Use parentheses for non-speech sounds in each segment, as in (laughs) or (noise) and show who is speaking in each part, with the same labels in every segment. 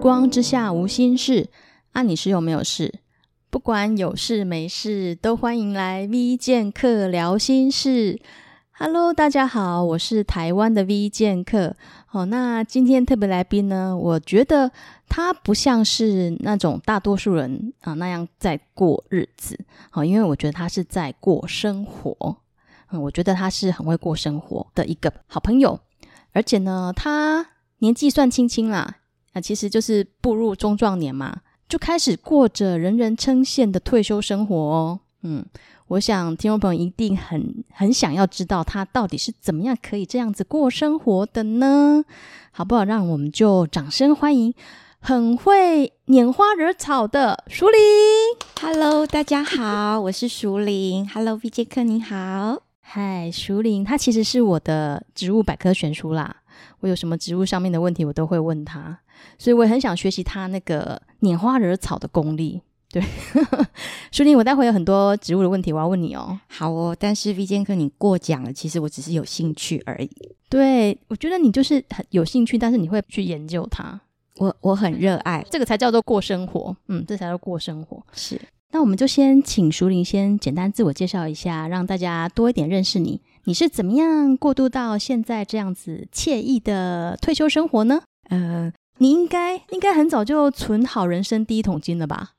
Speaker 1: 光之下无心事，啊，你是有没有事？不管有事没事，都欢迎来 V 剑客聊心事。Hello，大家好，我是台湾的 V 剑客。哦，那今天特别来宾呢，我觉得他不像是那种大多数人啊那样在过日子，好、因为我觉得他是在过生活。嗯，我觉得他是很会过生活的一个好朋友，而且呢，他年纪算轻轻啦，啊，其实就是步入中壮年嘛，就开始过着人人称羡的退休生活哦。嗯，我想听众朋友一定很很想要知道他到底是怎么样可以这样子过生活的呢？好不好？让我们就掌声欢迎很会拈花惹草的淑玲。
Speaker 2: Hello，大家好，我是熟玲。Hello，V 杰克，你好。
Speaker 1: 嗨，熟玲，她其实是我的植物百科全书啦。我有什么植物上面的问题，我都会问她，所以我也很想学习她那个拈花惹草的功力。对， (laughs) 淑玲，我待会有很多植物的问题，我要问你哦。
Speaker 2: 好哦，但是 V 杰克你过奖了，其实我只是有兴趣而已。
Speaker 1: 对，我觉得你就是很有兴趣，但是你会去研究它，
Speaker 2: 我我很热爱，
Speaker 1: 这个才叫做过生活。嗯，这才叫过生活。
Speaker 2: 是
Speaker 1: 那我们就先请淑玲先简单自我介绍一下，让大家多一点认识你。你是怎么样过渡到现在这样子惬意的退休生活呢？
Speaker 2: 呃
Speaker 1: 你应该应该很早就存好人生第一桶金了吧？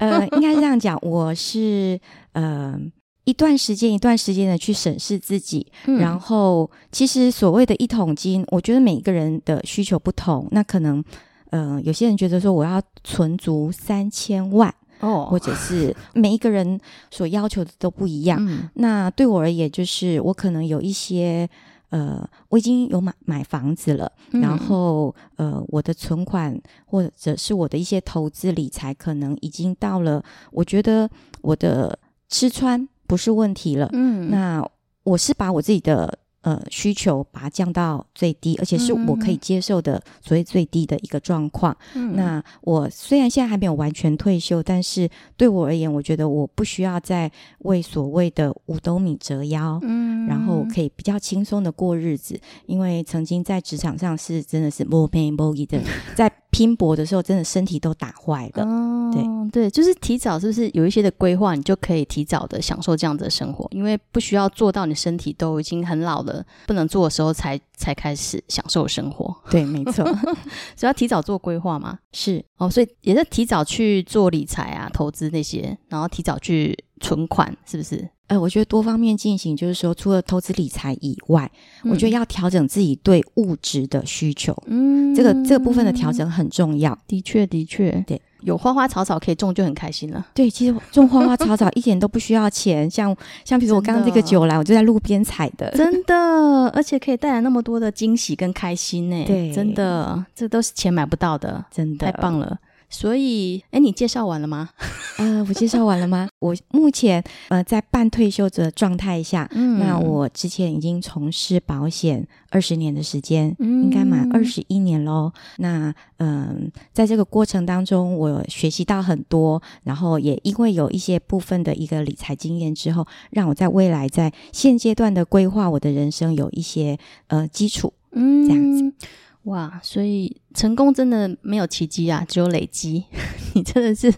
Speaker 2: 呃， (laughs) 应该是这样讲，我是呃一段时间一段时间的去审视自己，然
Speaker 1: 然后
Speaker 2: 后，其实所谓的一桶金，我觉得每一个人的需求不同，那可能，呃，有些人觉得说我要存足三千万，
Speaker 1: 哦
Speaker 2: 或者是每一个人所要求的都不一样。
Speaker 1: 嗯
Speaker 2: 那对我而言，就是我可能有一些，呃，我已经有买买房子了，
Speaker 1: 嗯
Speaker 2: 然后呃，我的存款或者是我的一些投资理财，可能已经到了，我觉得我的吃穿不是问题了。
Speaker 1: 嗯
Speaker 2: 那我是把我自己的呃需求把它降到最低，而且是我可以接受的所谓最低的一个状况。
Speaker 1: 嗯
Speaker 2: 那我虽然现在还没有完全退休，但是对我而言，我觉得我不需要再为所谓的五斗米折腰。
Speaker 1: 嗯
Speaker 2: 然后可以比较轻松的过日子，因为曾经在职场上是真的是 more pain
Speaker 1: (laughs)
Speaker 2: more gain 的，在拼搏的时候真的身体都打坏了。
Speaker 1: 哦对，就是提早是不是有一些的规划，你就可以提早的享受这样子的生活，因为不需要做到你身体都已经很老了，不能做的时候才才开始享受生活，
Speaker 2: 对，没
Speaker 1: (laughs)
Speaker 2: 错，
Speaker 1: 所以要提早做规划嘛。
Speaker 2: 是
Speaker 1: 哦，所以也是提早去做理财啊、投资那些，然后提早去存款，是不是？
Speaker 2: 呃，我觉得多方面进行，就是说，除了投资理财以外，我觉得
Speaker 1: 要
Speaker 2: 要调整自己对物质的需求，
Speaker 1: 嗯
Speaker 2: 这个这个部分的调整很重要。
Speaker 1: 的确，的确，
Speaker 2: 对，
Speaker 1: 有花花草草可以种就很开心
Speaker 2: (laughs)
Speaker 1: 了。
Speaker 2: 对，其实种花花草草一点都不需要钱，像像比如我刚刚这个酒来，我就在路边采的。
Speaker 1: 真的，而且可以带来那么多的惊喜跟开心呢。
Speaker 2: 对
Speaker 1: 真的，这都是钱买不到的，
Speaker 2: 真的
Speaker 1: 太棒了。所以，哎，你介绍完了吗？
Speaker 2: 呃，我介绍完了吗？我目前呃在半退休的状态下，
Speaker 1: 嗯
Speaker 2: 那我之前已经从事保险二十年的时间，
Speaker 1: 应
Speaker 2: 应该满二，十一年喽。那嗯，在这个过程当中，我学习到很多，然后也因为有一些部分的一个理财经验之后，让我在未来在现阶段的规划我的人生有一些呃基础。
Speaker 1: 嗯
Speaker 2: 这样
Speaker 1: 子。哇，所以成功真的没有奇迹啊，只有累积。 (laughs) 你真的是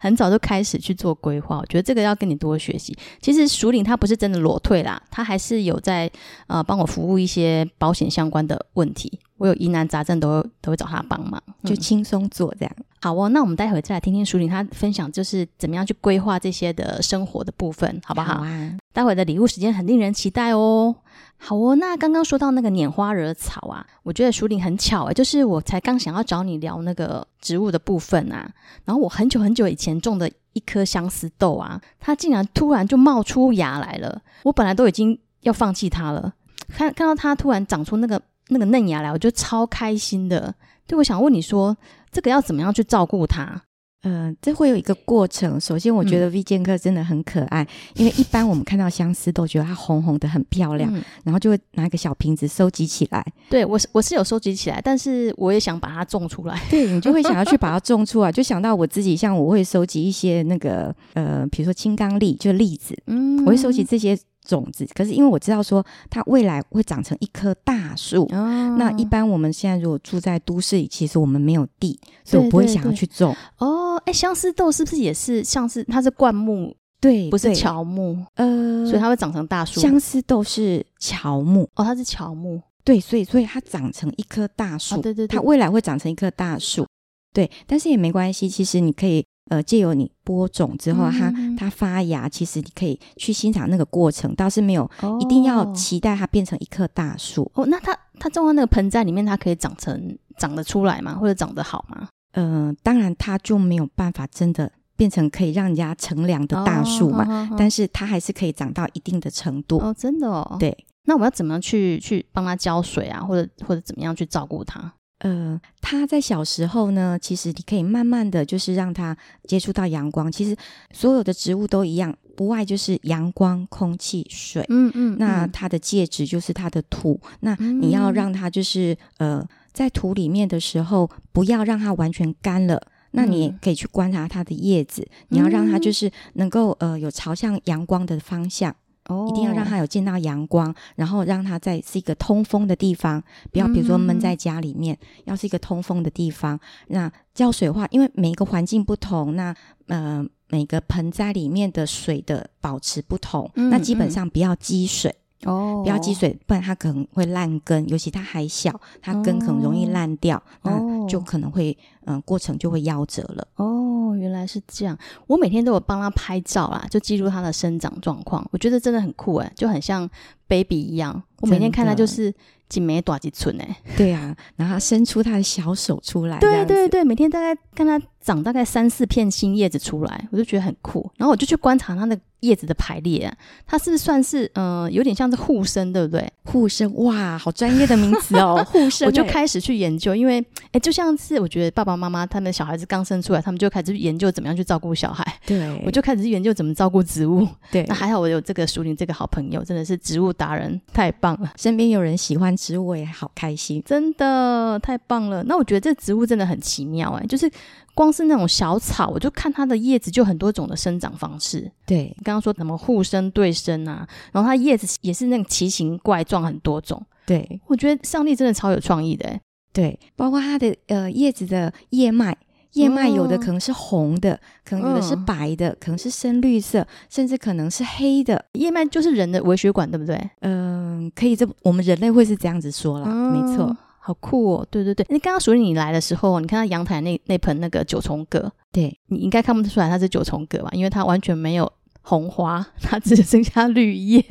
Speaker 1: 很早就开始去做规划，我觉得这个要跟你多学习。其实熟领他不是真的裸退啦，他还是有在呃帮我服务一些保险相关的问题，我有疑难杂症都会都会找他帮忙。
Speaker 2: 就
Speaker 1: 嗯
Speaker 2: 轻松做这样。
Speaker 1: 好哦，那我们待会再来听听熟领他分享就是怎么样去规划这些的生活的部分，好不好？
Speaker 2: 啊，
Speaker 1: 待会的礼物时间很令人期待哦。好哦，那刚刚说到那个拈花惹草啊，我觉得熟龄很巧诶、就是我才刚想要找你聊那个植物的部分啊，然后我很久很久以前种的一颗相思豆啊，它竟然突然就冒出芽来了，我本来都已经要放弃它了，看看到它突然长出那个那个嫩芽来，我就超开心的。对，我想问你说，这个要怎么样去照顾它？
Speaker 2: 呃，这会有一个过程。首先，我觉
Speaker 1: 嗯
Speaker 2: 得 V 健客真的很可爱，因为一般我们看到相思豆，觉得它红红的很漂亮，
Speaker 1: 嗯
Speaker 2: 然后就会拿一个小瓶子收集起
Speaker 1: (laughs)
Speaker 2: 来。
Speaker 1: 对我是我是有收集起来，但是我也想把它种出来。
Speaker 2: 对你就会想要去把它
Speaker 1: (laughs)
Speaker 2: 种出来，就想到我自己，像我会收集一些那个呃，比如说青冈栎，就栗子，
Speaker 1: 嗯
Speaker 2: 我会收集这些种子，可是因为我知道说它未来会长成一棵大树。
Speaker 1: 哦
Speaker 2: 那一般我们现在如果住在都市里，其实我们没有地，所以我不会
Speaker 1: 对对
Speaker 2: 想要
Speaker 1: 对
Speaker 2: 去种。
Speaker 1: 哦，哎、相思豆是不是也是像是它是灌木，
Speaker 2: 对，
Speaker 1: 不是
Speaker 2: 对，
Speaker 1: 乔木，
Speaker 2: 呃，
Speaker 1: 所以它会长成大树？
Speaker 2: 相思豆是乔木，
Speaker 1: 哦，它是乔木，
Speaker 2: 对，所以所以它长成一棵大树，
Speaker 1: 啊，对对对
Speaker 2: 它，未来会长成一棵大树，对，但是也没关系，其实你可以呃借由你播种之后，它
Speaker 1: 嗯哼哼
Speaker 2: 它发芽，其实你可以去欣赏那个过程，倒是没有
Speaker 1: 哦
Speaker 2: 一定要期待它变成一棵大树，
Speaker 1: 哦，那它它种在那个盆栽里面，它可以长成长得出来吗？或者长得好吗？
Speaker 2: 呃，当然它就没有办法真的变成可以让人家乘凉的
Speaker 1: 哦
Speaker 2: 大树嘛，
Speaker 1: 嘛
Speaker 2: 但是它还是可以长到一定的程度，
Speaker 1: 哦，真的哦，。
Speaker 2: 对。
Speaker 1: 那我要怎么样去去帮它浇水啊，或者或者怎么样去照顾它？
Speaker 2: 呃，他在小时候呢，其实你可以慢慢的就是让他接触到阳光。其实所有的植物都一样，不外就是阳光、空气、水。
Speaker 1: 嗯嗯
Speaker 2: 那它的介质就是它的土。那你要
Speaker 1: 嗯
Speaker 2: 让它就是呃，在土里面的时候，不要让它完全干了。那你也
Speaker 1: 嗯
Speaker 2: 可以去观察它的叶子，你要让它就
Speaker 1: 嗯
Speaker 2: 是能够呃有朝向阳光的方向。
Speaker 1: 哦
Speaker 2: 一定要让它有见到阳光，然后让它在是一个通风的地方，不要比如说闷
Speaker 1: 嗯
Speaker 2: 在家里面，要是一个通风的地方。那浇水的话，因为每一个环境不同，那呃每个盆栽里面的水的保持不同，
Speaker 1: 嗯
Speaker 2: 那基本
Speaker 1: 嗯
Speaker 2: 上不要积水，
Speaker 1: 哦，
Speaker 2: 不要积水，不然它可能会烂根，尤其它还小，它根很容易
Speaker 1: 哦
Speaker 2: 烂掉，
Speaker 1: 哦
Speaker 2: 那就可能会嗯、呃过程就会夭折了。 (laughs)
Speaker 1: 哦，原来是这样。我每天都有帮它拍照啦，就记录它的生长状况。我觉得真的很酷哎、就很像 baby 一样。我每天看它
Speaker 2: 真的
Speaker 1: 就是几枚短几寸哎、
Speaker 2: 对啊，然后它伸出它的小手出来，这
Speaker 1: 对
Speaker 2: 样子
Speaker 1: 对对，每天大概看它长大概三四片新叶子出来，我就觉得很酷。然后我就去观察它的叶子的排列、啊，它是不是算是嗯、呃有点像是护生，对不对？
Speaker 2: 护生，哇，好专业的名词 (laughs) 哦，护生欸、
Speaker 1: 我就开始去研究，因为哎、就像是我觉得爸爸妈妈他们小孩子刚生出来，他们就开始去研究怎么样去照顾小孩，
Speaker 2: 对，
Speaker 1: 我就开始去研究怎么照顾植物。
Speaker 2: 对
Speaker 1: 那还好我有这个熟龄这个好朋友，真的是植物达人，太棒了，
Speaker 2: 身边有人喜欢植物，我也好开心。
Speaker 1: 真的太棒了。那我觉得这植物真的很奇妙哎、就是光是那种小草，我就看它的叶子就很多种的生长方式。
Speaker 2: 对
Speaker 1: 你刚刚说什么互生对生啊，然后它叶子也是那种奇形怪状很多种，
Speaker 2: 对
Speaker 1: 我觉得上帝真的超有创意的、欸。
Speaker 2: 对，包括它的呃叶子的叶脉。叶脉有的
Speaker 1: 哦
Speaker 2: 可能是红的，可能有的是
Speaker 1: 嗯
Speaker 2: 白的，可能是深绿色，甚至可能是黑的。
Speaker 1: 叶脉就是人的微血管，对不对？
Speaker 2: 嗯、可以这么我们人类会是这样子说啦，没错 (laughs)
Speaker 1: 嗯。，好酷哦！对对对，那刚刚属于你来的时候，你看到阳台那那盆那个九重葛，
Speaker 2: 对
Speaker 1: 你应该看不出来它是九重葛吧？因为它完全没有红花， (laughs) 它只剩下绿 (laughs) 叶。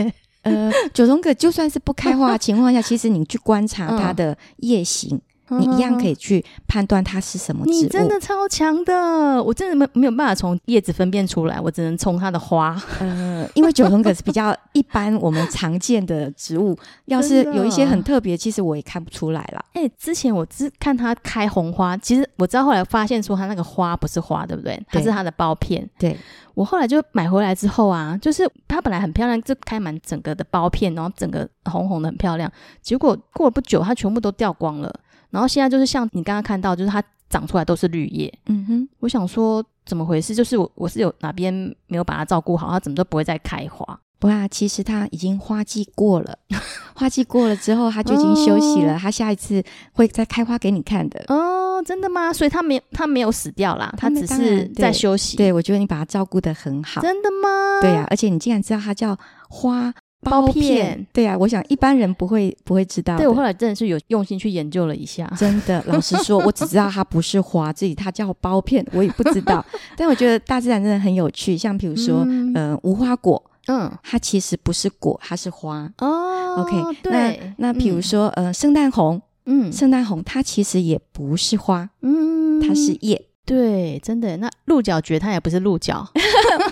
Speaker 2: 呃，九重葛就算是不开 (laughs) 花的情况下，其实你去观察它
Speaker 1: 嗯
Speaker 2: 的叶形，你一样可以去判断它是什么植物。
Speaker 1: 你真的超强的，我真的没没有办法从叶子分辨出来，我只能从它的花。
Speaker 2: 呃，因为九重葛是比较一般我们常见的植 (laughs) 物，要是有一些很特别，其实我也看不出来啦。
Speaker 1: 哎、之前我只看它开红花，其实我知道后来发现说它那个花不是花，对不对？它
Speaker 2: 对
Speaker 1: 是它的苞片。
Speaker 2: 对，
Speaker 1: 我后来就买回来之后啊，就是它本来很漂亮，就开满整个的包片，然后整个红红的很漂亮。结果过了不久，它全部都掉光了。然后现在就是像你刚刚看到，就是它长出来都是绿叶。
Speaker 2: 嗯哼，
Speaker 1: 我想说怎么回事？就是我我是有哪边没有把它照顾好，它怎么都不会再开花。
Speaker 2: 不啊，其实它已经花季过了， (laughs) 花季过了之后，它就已经休息了，它下一次会再开花给你看的。
Speaker 1: 哦，真的吗？所以它没它没有死掉啦，它
Speaker 2: 它没
Speaker 1: 只
Speaker 2: 当然
Speaker 1: 是在
Speaker 2: 对
Speaker 1: 休息。
Speaker 2: 对，我觉得你把它照顾的很好。
Speaker 1: 真的吗？
Speaker 2: 对呀、啊而且你竟然知道它叫花苞
Speaker 1: 苞片
Speaker 2: 对呀、啊我想一般人不会不会知道的。
Speaker 1: 对我后来真的是有用心去研究了一下。 (laughs)
Speaker 2: 真的，老实说，我只知道它不是花，至于它叫包片，我也不知
Speaker 1: (laughs)
Speaker 2: 道。但我觉得大自然真的很有趣，像比如说，
Speaker 1: 嗯
Speaker 2: 呃，无花果，
Speaker 1: 嗯，
Speaker 2: 它其实不是果，它是花。
Speaker 1: 哦
Speaker 2: OK，
Speaker 1: 对，
Speaker 2: 那比如
Speaker 1: 嗯，
Speaker 2: 说，呃，圣诞红，
Speaker 1: 嗯
Speaker 2: 圣诞红它其实也不是花，
Speaker 1: 嗯
Speaker 2: 它是叶。
Speaker 1: 对，真的。那鹿角蕨它也不是鹿角，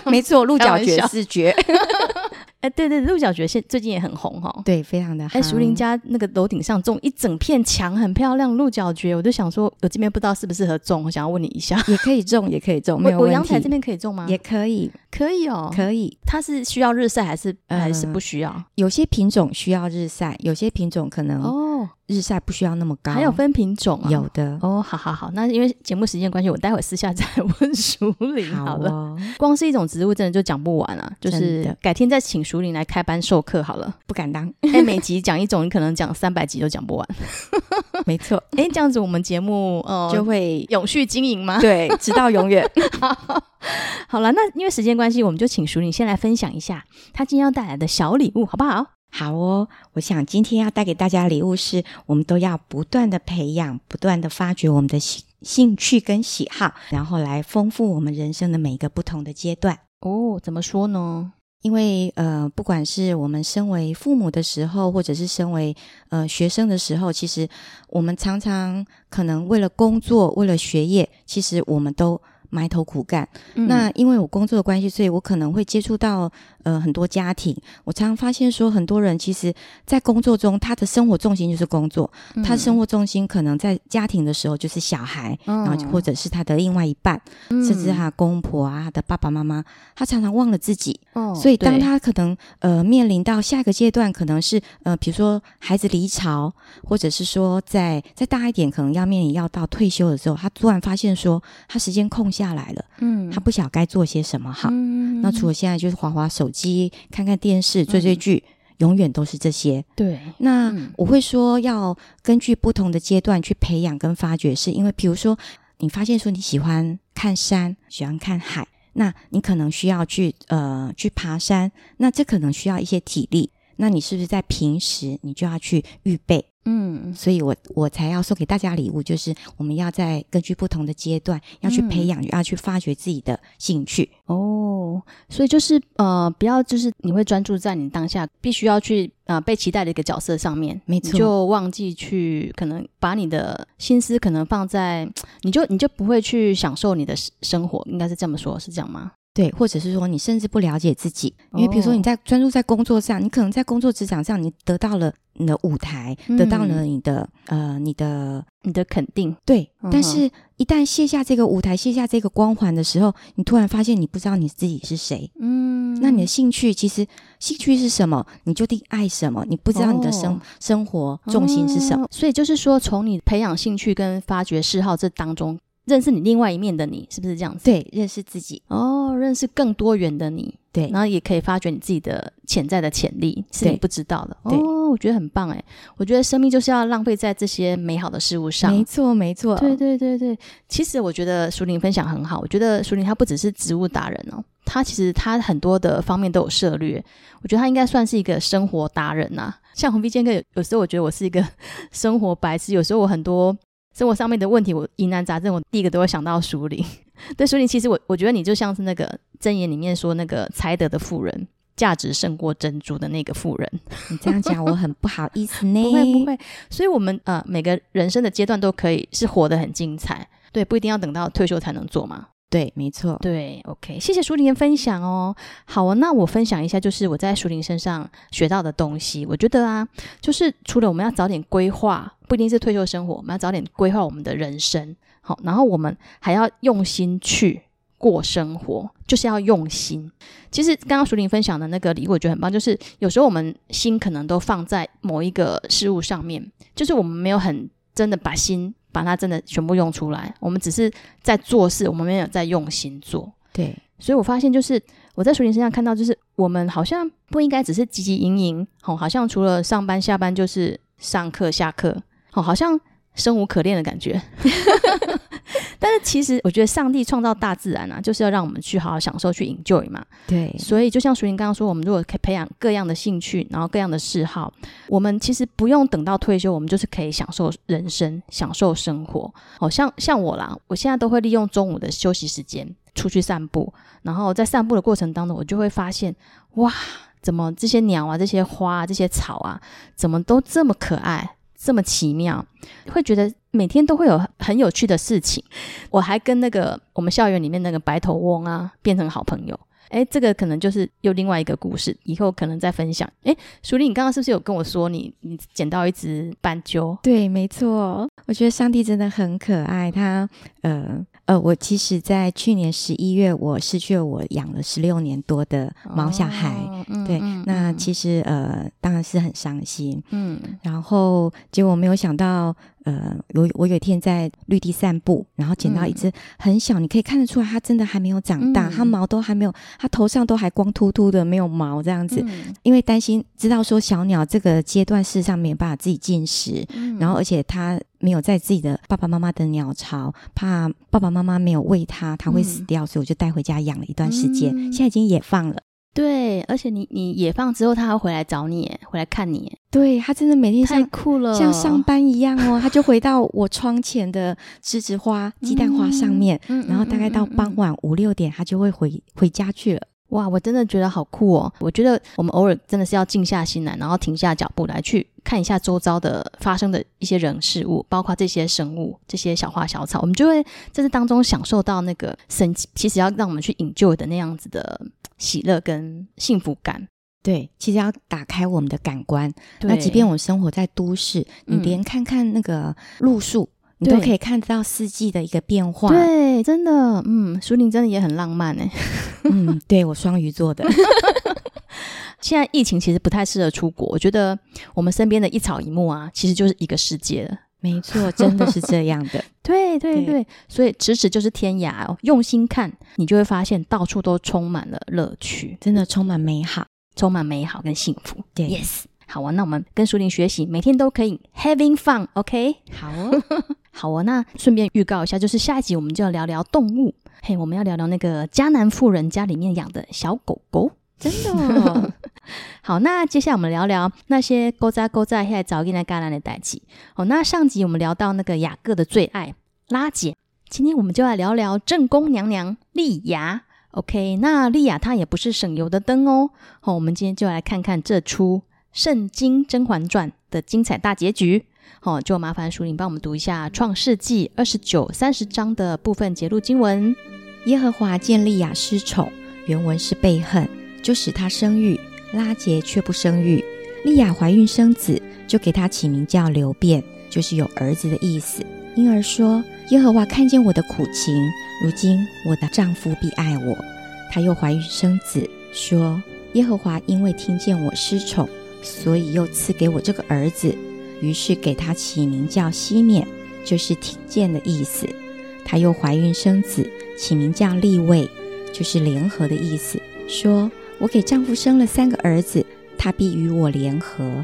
Speaker 2: 没错，鹿角
Speaker 1: 开玩
Speaker 2: 蕨
Speaker 1: 笑
Speaker 2: 视觉，
Speaker 1: (laughs) 哎，对对，鹿角蕨现最近也很红哈、哦。
Speaker 2: (laughs) 对，非常的好。
Speaker 1: 哎，熟林家那个楼顶上种一整片墙，很漂亮，鹿角蕨，我就想说，我这边不知道适不适合种，我想要问你一下，
Speaker 2: 也可以种，也可以种，没有
Speaker 1: 我我
Speaker 2: 问
Speaker 1: 阳台这
Speaker 2: 题。
Speaker 1: 边可以种吗？
Speaker 2: 也可以，
Speaker 1: 可以哦，呃
Speaker 2: 可以。
Speaker 1: 它是需要日晒还是、还是
Speaker 2: 嗯
Speaker 1: 不需要？
Speaker 2: 有些品种需要日晒，有些品种可能
Speaker 1: 哦，哦，
Speaker 2: 日晒不需要那么高。
Speaker 1: 还有分品种啊？
Speaker 2: 有的，
Speaker 1: 哦，好好好，那因为节目时间关系，我待会私下再 (laughs) 问熟龄好了。
Speaker 2: 哦，
Speaker 1: 光是一种植物真的就讲不完啊，就
Speaker 2: 真
Speaker 1: 是
Speaker 2: 的
Speaker 1: 改天再请熟龄来开班授课好了。
Speaker 2: 不敢当，
Speaker 1: (laughs) 哎，每集讲一种，你可能讲三百集都讲不 (laughs) 完。
Speaker 2: 没错，
Speaker 1: 哎，这样子我们节目呃 (laughs)
Speaker 2: 就会
Speaker 1: 永续经营吗？
Speaker 2: 对，直到永远。 (laughs)
Speaker 1: 好了，那因为时间关系，我们就请熟龄先来分享一下他今天要带来的小礼物，好不好？
Speaker 2: 好哦，我想今天要带给大家的礼物是，我们都要不断的培养，不断的发掘我们的兴兴趣跟喜好，然后来丰富我们人生的每一个不同的阶段。
Speaker 1: 哦，怎么说呢？
Speaker 2: 因为呃，不管是我们身为父母的时候，或者是身为呃学生的时候，其实我们常常可能为了工作、为了学业，其实我们都埋头苦干。
Speaker 1: 嗯
Speaker 2: 那因为我工作的关系，所以我可能会接触到呃很多家庭。我常常发现说，很多人其实在工作中，他的生活重心就是工作，
Speaker 1: 嗯
Speaker 2: 他的生活重心可能在家庭的时候就是小孩，
Speaker 1: 嗯
Speaker 2: 然后或者是他的另外一半，甚至他的公婆啊、他的爸爸妈妈，他常常忘了自己。
Speaker 1: 哦
Speaker 2: 所以当
Speaker 1: 对
Speaker 2: 他可能呃面临到下一个阶段，可能是呃比如说孩子离巢，或者是说再再大一点，可能要面临要到退休的时候，他突然发现说他时间空下来了，
Speaker 1: 嗯
Speaker 2: 他不晓该做些什么好。
Speaker 1: 嗯
Speaker 2: 那除了现在就是划划手机、看看电视、追追剧，永远都是这些。
Speaker 1: 对，
Speaker 2: 那
Speaker 1: 嗯
Speaker 2: 我会说要根据不同的阶段去培养跟发掘，是因为比如说你发现说你喜欢看山，喜欢看海，那你可能需要去呃去爬山，那这可能需要一些体力。那你是不是在平时你就要去预备？
Speaker 1: 嗯
Speaker 2: 所以我我才要送给大家礼物，就是我们要在根据不同的阶段
Speaker 1: 嗯
Speaker 2: 要去培养，要去发掘自己的兴趣。
Speaker 1: 哦，所以就是呃，不要就是你会专注在你当下必须要去呃被期待的一个角色上面，
Speaker 2: 没
Speaker 1: 你
Speaker 2: 错
Speaker 1: 就忘记去可能把你的心思可能放在，你就你就不会去享受你的生生活，应该是这么说，是这样吗？
Speaker 2: 对，或者是说你甚至不了解自己，因为比如说
Speaker 1: 哦
Speaker 2: 你在专注在工作上，你可能在工作职场上，你得到了你的舞台，
Speaker 1: 嗯
Speaker 2: 得到了你的呃你的
Speaker 1: 你的肯定，
Speaker 2: 对，但
Speaker 1: 嗯哼
Speaker 2: 是一旦卸下这个舞台，卸下这个光环的时候，你突然发现你不知道你自己是谁。
Speaker 1: 嗯
Speaker 2: 那你的兴趣其实兴趣是什么？你究竟爱什么？你不知道你的生、
Speaker 1: 哦
Speaker 2: 生活重心是什么？
Speaker 1: 哦所以就是说，从你培养兴趣跟发掘嗜好这当中，认识你另外一面的你，是不是这样子？
Speaker 2: 对，认识自己。
Speaker 1: 哦，认识更多元的你，
Speaker 2: 对
Speaker 1: 然后也可以发掘你自己的潜在的潜力，是你
Speaker 2: 对
Speaker 1: 不知道的。
Speaker 2: 对
Speaker 1: 哦，我觉得很棒哎，我觉得生命就是要浪费在这些美好的事物上
Speaker 2: 没。错，没错。
Speaker 1: 对对对对，其实我觉得舒玲分享很好，我觉得舒玲她不只是植物达人哦，她其实她很多的方面都有涉略，我觉得她应该算是一个生活达人呐、像红皮健哥有有时候我觉得我是一个 (laughs) 生活白痴，有时候我很多生活上面的问题，我疑难杂症，我第一个都会想到舒玲。 (laughs) 对舒玲，其实我我觉得你就像是那个箴言里面说那个才德的富人，价值胜过珍珠的那个富人。
Speaker 2: 你这样讲我很不好意思
Speaker 1: (laughs)
Speaker 2: 呢。
Speaker 1: 不会不会，所以我们呃每个人生的阶段都可以是活得很精彩，对，不一定要等到退休才能做嘛。
Speaker 2: 对，没错。
Speaker 1: 对，OK，谢谢舒玲的分享哦。好啊，那我分享一下，就是我在舒玲身上学到的东西。我觉得啊，就是除了我们要早点规划，不一定是退休生活，我们要早点规划我们的人生。好，然后我们还要用心去过生活，就是要用心。其实刚刚淑玲分享的那个礼物，我觉得很棒，就是有时候我们心可能都放在某一个事物上面，就是我们没有很真的把心把它真的全部用出来，我们只是在做事，我们没有在用心做。
Speaker 2: 对
Speaker 1: 所以我发现，就是我在淑玲身上看到，就是我们好像不应该只是汲汲营营，哦，好像除了上班下班就是上课下课，哦，好像生无可恋的感觉。 (laughs) 但是其实我觉得上帝创造大自然啊，就是要让我们去好好享受、去 enjoy 嘛。
Speaker 2: 对
Speaker 1: 所以就像淑玲刚刚说，我们如果可以培养各样的兴趣，然后各样的嗜好，我们其实不用等到退休，我们就是可以享受人生、享受生活。好、像像我啦，我现在都会利用中午的休息时间出去散步，然后在散步的过程当中，我就会发现，哇，怎么这些鸟啊、这些花啊、这些草啊，怎么都这么可爱，这么奇妙，会觉得每天都会有很有趣的事情。我还跟那个我们校园里面那个白头翁啊变成好朋友。哎，这个可能就是又另外一个故事，以后可能再分享。哎，淑丽，你刚刚是不是有跟我说你你捡到一只斑鸠？
Speaker 2: 对，没错，我觉得上帝真的很可爱，他呃呃，我其实，在去年十一月，我失去了我养了十六年多的毛小孩。
Speaker 1: 哦嗯
Speaker 2: 对，
Speaker 1: 嗯
Speaker 2: 那
Speaker 1: 嗯
Speaker 2: 其实呃，当然是很伤心。
Speaker 1: 嗯
Speaker 2: 然后结果没有想到，呃，我我有一天在绿地散步，然后捡到一只很小，你可以看得出来，它真的还没有长大，
Speaker 1: 嗯
Speaker 2: 它毛都还没有，它头上都还光秃秃的，没有毛这样子。
Speaker 1: 嗯
Speaker 2: 因为担心知道说小鸟这个阶段事实上没有办法自己进食，
Speaker 1: 嗯
Speaker 2: 然后而且它没有在自己的爸爸妈妈的鸟巢，怕爸爸妈妈没有喂它，它会死掉，所以我就带回家养了一段时间，
Speaker 1: 嗯
Speaker 2: 现在已经野放了。
Speaker 1: 对，而且你你野放之后，它还回来找你耶，回来看你耶，
Speaker 2: 对，它真的每天
Speaker 1: 太
Speaker 2: 像
Speaker 1: 酷了，
Speaker 2: 像上班一样哦，它就回到我窗前的栀子花、鸡蛋花上面，
Speaker 1: 嗯，嗯
Speaker 2: 然后大概到
Speaker 1: 嗯
Speaker 2: 傍，
Speaker 1: 嗯嗯
Speaker 2: 晚五六点，它就会回回家去了。
Speaker 1: 哇，我真的觉得好酷哦！我觉得我们偶尔真的是要静下心来，然后停下脚步来去看一下周遭的发生的一些人事物，包括这些生物、这些小花小草，我们就会在这当中享受到那个神奇，其实要让我们去 enjoy 的那样子的喜乐跟幸福感。
Speaker 2: 对，其实要打开我们的感官，
Speaker 1: 对
Speaker 2: 那即便我们生活在都市，你
Speaker 1: 嗯
Speaker 2: 连看看那个路数，你都
Speaker 1: 对
Speaker 2: 可以看得到四季的一个变化。
Speaker 1: 对，真的，嗯，苏宁真的也很浪漫哎。
Speaker 2: 嗯，对我双鱼座的，
Speaker 1: 现在疫情其实不太适合出国，我觉得我们身边的一草一木啊，其实就是一个世界了。
Speaker 2: 没错，真的是这样的。
Speaker 1: 对对
Speaker 2: 对
Speaker 1: 对，所以咫尺就是天涯哦，用心看，你就会发现到处都充满了乐趣，
Speaker 2: 真的充满美好。
Speaker 1: 充满美好跟幸福。
Speaker 2: 对
Speaker 1: Yes，好啊，那我们跟舒玲学习，每天都可以 having fun，OK？、
Speaker 2: 好哦，
Speaker 1: 好哦，那顺便预告一下，就是下一集我们就要聊聊动物，嘿，我们要聊聊那个迦南妇人家里面养的小狗狗。
Speaker 2: 真的、哦，
Speaker 1: 好，那接下来我们聊聊那些勾扎勾扎在早进来橄榄的代际。哦，那上集我们聊到那个雅各的最爱拉姐，今天我们就来聊聊正宫娘娘丽雅。OK，那丽雅她也不是省油的灯哦。好、我们今天就来看看这出《圣经·甄嬛传》的精彩大结局。好、就麻烦淑玲帮我们读一下《创世纪》二十九、三十章的部分节录经文。
Speaker 2: 耶和华见利亚失宠，原文是被恨，就使她生育。拉杰却不生育，利亚怀孕生子，就给他起名叫流变，就是有儿子的意思。因而说：“耶和华看见我的苦情，如今我的丈夫必爱我。”她又怀孕生子，说：“耶和华因为听见我失宠，所以又赐给我这个儿子。”于是给他起名叫西缅，就是听见的意思。她又怀孕生子，起名叫立位，就是联合的意思。说：“我给丈夫生了三个儿子，他必与我联合。”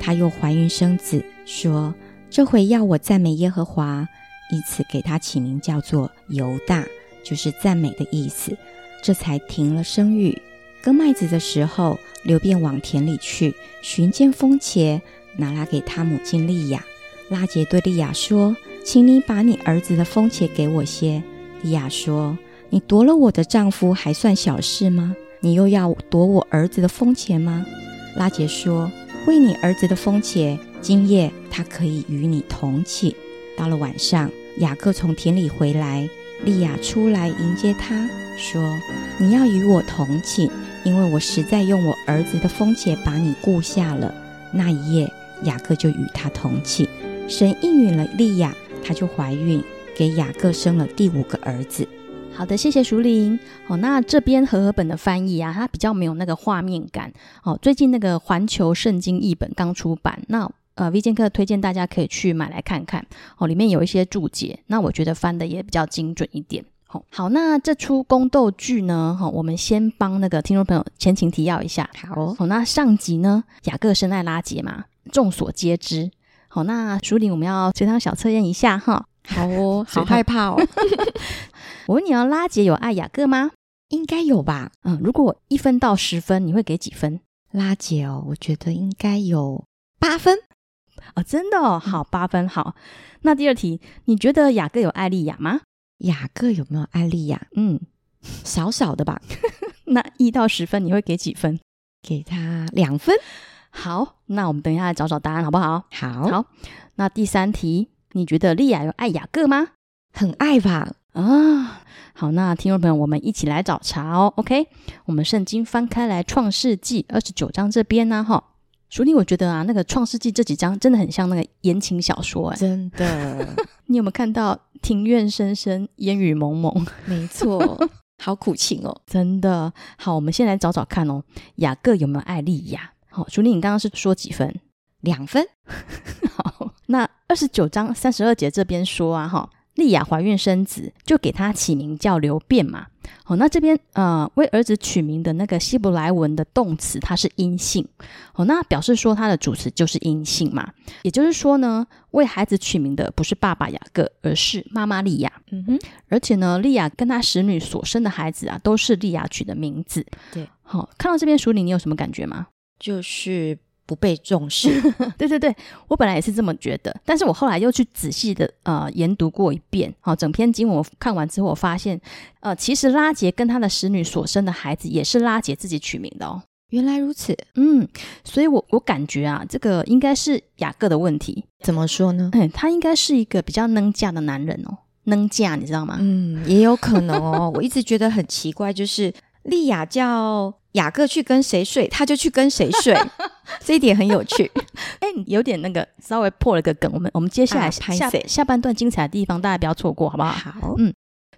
Speaker 2: 她又怀孕生子，说：“这回要我赞美耶和华。”以此给他起名叫做犹大，就是赞美的意思。这才停了生育。割麦子的时候，流便往田里去，寻见风茄，拿来给他母亲利亚。拉杰对利亚说：“请你把你儿子的风茄给我些。”利亚说：“你夺了我的丈夫还算小事吗？你又要夺我儿子的风茄吗？”拉杰说：“为你儿子的风茄，今夜他可以与你同寝。”到了晚上，雅各从田里回来，利亚出来迎接他，说：“你要与我同寝，因为我实在用我儿子的风茄把你雇下了。”那一夜，雅各就与他同寝。神应允了利亚，她就怀孕，给雅各生了第五个儿子。
Speaker 1: 好的，谢谢熟玲。哦，那这边和合本的翻译啊，它比较没有那个画面感。哦，最近那个环球圣经译本刚出版，那呃，V 剑客推荐大家可以去买来看看。哦，里面有一些注解，那我觉得翻的也比较精准一点。哦好，那这出宫斗剧呢？哈、我们先帮那个听众朋友前情提要一下。
Speaker 2: 好、哦，
Speaker 1: 好、那上集呢，雅各深爱拉杰嘛，众所皆知。好，那熟玲，我们要这堂小测验一下哈。
Speaker 2: 好 (laughs) 哦，
Speaker 1: 好害
Speaker 2: 怕哦，
Speaker 1: 我问你哦，拉杰有爱雅各吗？
Speaker 2: 应该有吧？
Speaker 1: 嗯，如果一分到十分，你会给几分？
Speaker 2: 拉姐哦，我觉得应该有八分。
Speaker 1: 哦，真的哦，
Speaker 2: 嗯
Speaker 1: 好，八分好。那第二题，你觉得雅各有艾丽亚吗？
Speaker 2: 雅各有没有艾丽亚？
Speaker 1: 嗯，
Speaker 2: 少少的吧，
Speaker 1: (laughs) 那一到十分，你会给几分？
Speaker 2: 给他两分。
Speaker 1: 好，那我们等一下来找找答案，好不好？
Speaker 2: 好
Speaker 1: 好那第三题，你觉得莉亚有爱雅各吗？
Speaker 2: 很爱吧？
Speaker 1: 啊，好，那听众朋友，我们一起来找茬哦。OK，我们圣经翻开来，《创世纪》二十九章这边呢、哈，淑丽，我觉得啊，那个《创世纪》这几章真的很像那个言情小说、哎，
Speaker 2: (laughs) 真的，
Speaker 1: 你有没有看到庭院深深，烟雨蒙蒙， (laughs)
Speaker 2: 没错，好苦情哦。
Speaker 1: 真的好。我们先来找找看哦，雅各有没有爱丽亚？好，主理，你刚刚是说几分？ (laughs)
Speaker 2: 两分，
Speaker 1: 好，那二十九章三十二节这边说啊，哈，利亚怀孕生子，就给他起名叫流变嘛。好，那这边呃，为儿子取名的那个希伯来文的动词，它是阴性，好，那表示说它的主词就是阴性嘛。也就是说呢，为孩子取名的不是爸爸雅各，而是妈妈利亚。
Speaker 2: 嗯哼，
Speaker 1: 而且呢，利亚跟她使女所生的孩子啊，都是利亚取的名字。
Speaker 2: 对，
Speaker 1: 好，看到这边署理，你有什么感觉吗？
Speaker 2: 就是不被重视。
Speaker 1: 对对对，我本来也是这么觉得，但是我后来又去仔细的呃研读过一遍，好、整篇经文我看完之后，我发现，呃，其实拉杰跟他的使女所生的孩子也是拉杰自己取名的哦。
Speaker 2: (laughs) 原来如此，
Speaker 1: 嗯，所以我我感觉啊，这个应该是雅各的问题，
Speaker 2: 怎么说呢？
Speaker 1: 哎，他应该是一个比较能嫁的男人哦，能嫁，你知道吗？
Speaker 2: 嗯，也有可能哦。我一直觉得很奇怪，就是莉亚叫雅各去跟谁睡，他就去跟谁 (laughs) 睡，这一点很有 (laughs) 趣。
Speaker 1: 哎、你有点那个稍微破了个梗，我们我们接下来
Speaker 2: 啊
Speaker 1: 下、
Speaker 2: 拍
Speaker 1: 下
Speaker 2: 谁
Speaker 1: 下半段精彩的地方，大家不要错过，好不好？
Speaker 2: 好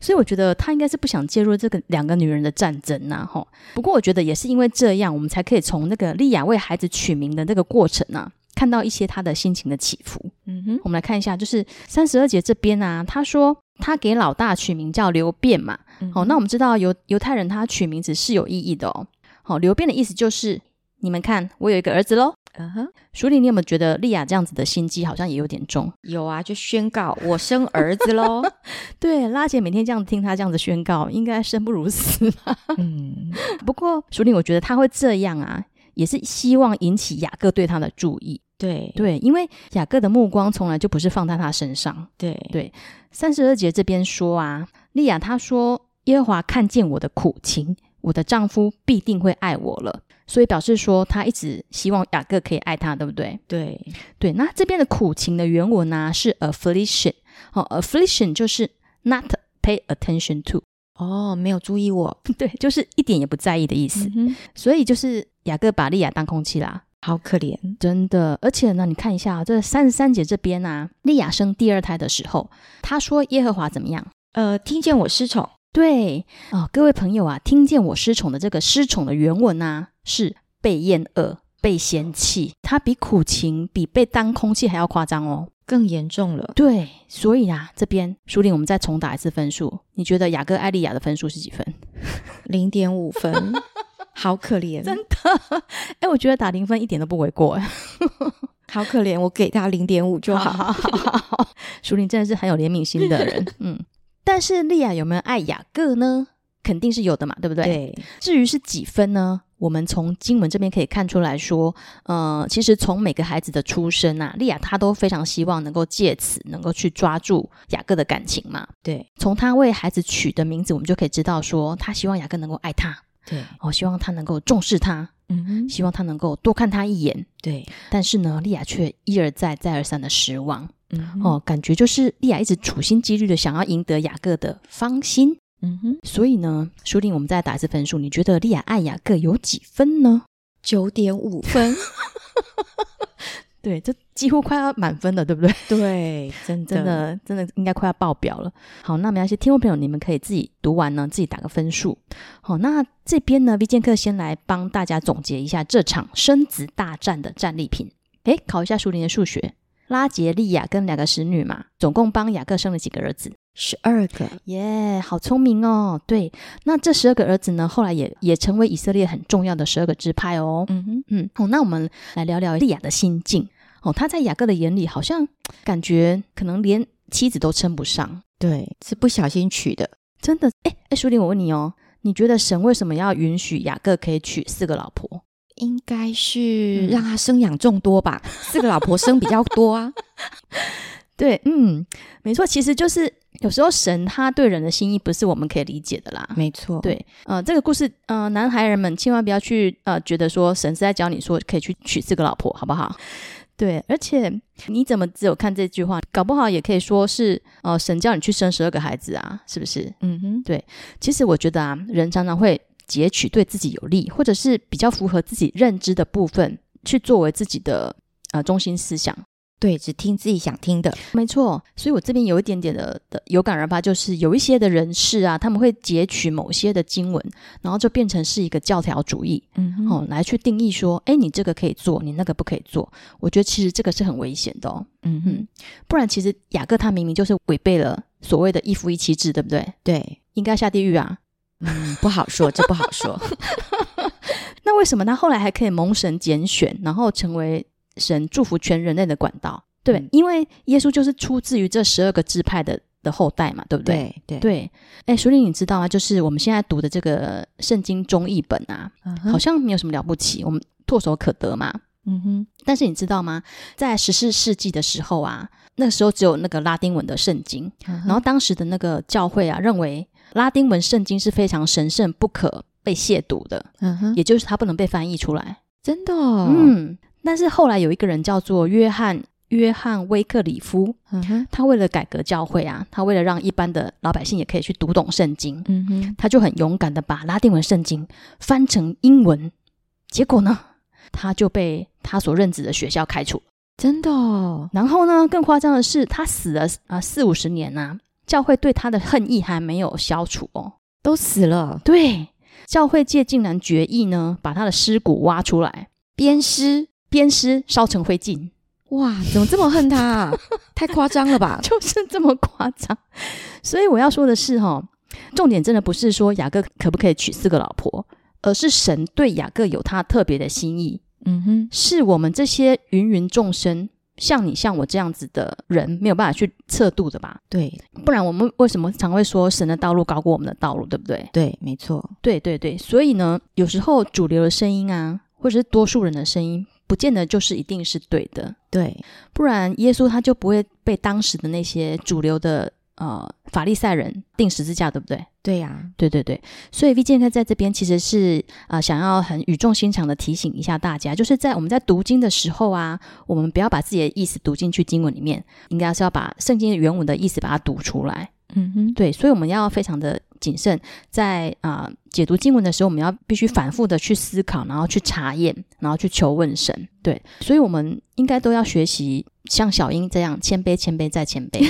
Speaker 1: 所以我觉得他应该是不想介入这个两个女人的战争呐、吼。不过我觉得也是因为这样，我们才可以从那个莉亚为孩子取名的那个过程啊，看到一些她的心情的起伏。
Speaker 2: 嗯哼，
Speaker 1: 我们来看一下，就是三十二节这边啊，他说他给老大取名叫流变嘛。
Speaker 2: 嗯
Speaker 1: 好、那我们知道犹犹太人他取名字是有意义的哦。好、流变的意思就是你们看，我有一个儿子喽。
Speaker 2: 嗯哼，
Speaker 1: 淑玲，你有没有觉得莉亚这样子的心机好像也有点重？
Speaker 2: 有啊，就宣告我生儿子喽。
Speaker 1: 对，拉姐每天这样听他这样子宣告，应该生不如死吧。
Speaker 2: (laughs) 嗯，
Speaker 1: (laughs) 不过，熟玲，我觉得他会这样啊，也是希望引起雅各对他的注意。
Speaker 2: 对
Speaker 1: 对，因为雅各的目光从来就不是放在他身上。
Speaker 2: 对
Speaker 1: 对三十二节这边说啊，利亚她说：“耶和华看见我的苦情，我的丈夫必定会爱我了。”所以表示说，她一直希望雅各可以爱她，对不对？
Speaker 2: 对，
Speaker 1: 对，那这边的苦情的原文呢、是 affliction，好、a f f l i c t i o n 就是 not pay attention to， (laughs)
Speaker 2: 哦，没有注意我，
Speaker 1: 对，就是一点也不在意的意思。
Speaker 2: 嗯哼
Speaker 1: 所以就是雅各把利亚当空气啦，
Speaker 2: 好可怜。
Speaker 1: 真的。而且呢，你看一下、啊这三十三节这边啊，利亚生第二胎的时候，他说耶和华怎么样？
Speaker 2: 呃，听见我失宠，
Speaker 1: 对哦，各位朋友啊，听见我失宠的这个失宠的原文啊，是被厌恶、被嫌弃，它比苦情、比被当空气还要夸张哦。
Speaker 2: 更严重了。
Speaker 1: 对，所以啊，这边舒玲，我们再重打一次分数，你觉得雅各艾利亚的分数是几分？
Speaker 2: 零点五分， (laughs) 好可怜，
Speaker 1: 真哎，我觉得打零分一点都不为过。哎 (laughs)
Speaker 2: 好可怜。我给他零点五就好。
Speaker 1: 好好好，熟林真的是很有怜悯心的 (laughs) 人，嗯。但是莉亚有没有爱雅各呢？肯定是有的嘛，对不对？
Speaker 2: 对，
Speaker 1: 至于是几分呢？我们从经文这边可以看出来说，呃，其实从每个孩子的出生啊，莉亚她都非常希望能够借此能够去抓住雅各的感情嘛。
Speaker 2: 对，
Speaker 1: 从她为孩子取的名字，我们就可以知道说，她希望雅各能够爱她，
Speaker 2: 对，
Speaker 1: 哦，希望他能够重视她，
Speaker 2: 嗯哼，
Speaker 1: 希望他能够多看她一眼。
Speaker 2: 对，
Speaker 1: 但是呢，莉亚却一而再、再而三的失望。
Speaker 2: 嗯哼
Speaker 1: 哦，，感觉就是莉亚一直处心积虑的想要赢得雅各的芳心，
Speaker 2: 嗯哼，
Speaker 1: 所以呢，舒玲，我们再打一次分数，你觉得莉亚爱雅各有几分呢？
Speaker 2: 九点五 (laughs) 分，
Speaker 1: 对，这几乎快要满分了，对不对？
Speaker 2: 对，真的，
Speaker 1: 真的，真的应该快要爆表了。好，那没关系，听众朋友，你们可以自己读完呢，自己打个分数。好，那这边呢，V 剑客先来帮大家总结一下这场生子大战的战利品。诶，考一下舒玲的数学，拉杰利亚跟两个使女嘛，总共帮雅各生了几个儿子？
Speaker 2: 十二个，
Speaker 1: 耶好聪明哦！对，那这十二个儿子呢，后来也也成为以色列很重要的十二个支派哦。
Speaker 2: 嗯哼，
Speaker 1: 嗯，好、那我们来聊聊利亚的心境。哦，他在雅各的眼里，好像感觉可能连妻子都称不上。
Speaker 2: 对，是不小心取的。
Speaker 1: 真的，哎哎，淑玲，我问你哦，你觉得神为什么要允许雅各可以娶四个老婆？
Speaker 2: 应该是
Speaker 1: 嗯
Speaker 2: 让他生养众多吧， (laughs) 四个老婆生比较多啊。
Speaker 1: 对，嗯，没错，其实就是有时候神他对人的心意不是我们可以理解的啦。
Speaker 2: (laughs) 没错，，
Speaker 1: 对，呃，这个故事，呃，男孩人们千万不要去，呃，觉得说神是在教你说可以去娶四个老婆，好不好？对，而且你怎么只有看这句话？搞不好也可以说是，呃，神叫你去生十二个孩子啊，是不是？
Speaker 2: 嗯哼，
Speaker 1: 其实我觉得啊，人常常会截取对自己有利，或者是比较符合自己认知的部分，去作为自己的呃中心思想。
Speaker 2: 对，只听自己想听的。
Speaker 1: 没错，所以我这边有一点点的的有感而发，就是有一些的人士啊，他们会截取某些的经文，然后就变成是一个教条主义，
Speaker 2: 嗯
Speaker 1: 哦，来去定义说，哎，你这个可以做，你那个不可以做。我觉得其实这个是很危险的哦，
Speaker 2: 嗯
Speaker 1: 嗯不然其实雅各他明明就是违背了所谓的一夫一妻制，对不对？
Speaker 2: 对，
Speaker 1: 应该下地狱啊。
Speaker 2: 嗯，不好说，这不好说。
Speaker 1: 那为什么他后来还可以蒙神拣选，然后成为神祝福全人类的管道？对，
Speaker 2: 嗯
Speaker 1: 因为耶稣就是出自于这十二个支派的的后代嘛，对不对？
Speaker 2: (laughs) 对对，
Speaker 1: 对，哎，淑玲，你知道吗？就是我们现在读的这个圣经中译本啊，
Speaker 2: 嗯
Speaker 1: 好
Speaker 2: 哼，
Speaker 1: 像没有什么了不起，我们唾手可得嘛。
Speaker 2: 嗯哼，
Speaker 1: 但是你知道吗？在十四世纪的时候啊，那时候只有那个拉丁文的圣经，
Speaker 2: 然
Speaker 1: 然后当时的那个教会啊，认为拉丁文圣经是非常神圣、不可被亵渎的，
Speaker 2: 嗯哼，
Speaker 1: 也就是它不能被翻译出来。
Speaker 2: 真的哦，
Speaker 1: 嗯，但是后来有一个人叫做约翰约翰威克里夫，
Speaker 2: 嗯哼，
Speaker 1: 他为了改革教会啊，他为了让一般的老百姓也可以去读懂圣经，
Speaker 2: 嗯哼，
Speaker 1: 他就很勇敢的把拉丁文圣经翻成英文，结果呢，他就被他所任职的学校开除。
Speaker 2: 真的哦，
Speaker 1: 然后呢，更夸张的是，他死了啊四五十年呐、教会对他的恨意还没有消除哦。
Speaker 2: 都死了，
Speaker 1: 对，教会界竟然决议呢，把他的尸骨挖出来，
Speaker 2: 鞭尸，
Speaker 1: 鞭尸烧成灰烬， (laughs)
Speaker 2: 哇，怎么这么恨他啊？ (laughs) 太夸张了吧？
Speaker 1: 就是这么夸张。所以我要说的是、哦，哈，重点真的不是说雅各可不可以娶四个老婆，而是神对雅各有他特别的心意，
Speaker 2: 嗯哼，
Speaker 1: 是我们这些芸芸众生，像你像我这样子的人，没有办法去测度的吧？
Speaker 2: 对
Speaker 1: 不然我们为什么常会说神的道路高过我们的道路，对不对？
Speaker 2: 对，没错，
Speaker 1: 对对对，所以呢，有时候主流的声音啊，或者是多数人的声音，不见得就是一定是对的，
Speaker 2: 对，
Speaker 1: 不然耶稣他就不会被当时的那些主流的呃法利赛人定十字架，对不对？
Speaker 2: 对呀，
Speaker 1: 对对对，所以 V 健科在这边其实是呃想要很语重心长的提醒一下大家，就是在我们在读经的时候啊，我们不要把自己的意思读进去经文里面，应该是要把圣经原文的意思把它读出来。
Speaker 2: 嗯哼，
Speaker 1: 对，所以我们要非常的谨慎，在啊、解读经文的时候，我们要必须反复的去思考，然后去查验，然后去求问神。对，所以我们应该都要学习像小英这样谦卑、谦卑再谦卑。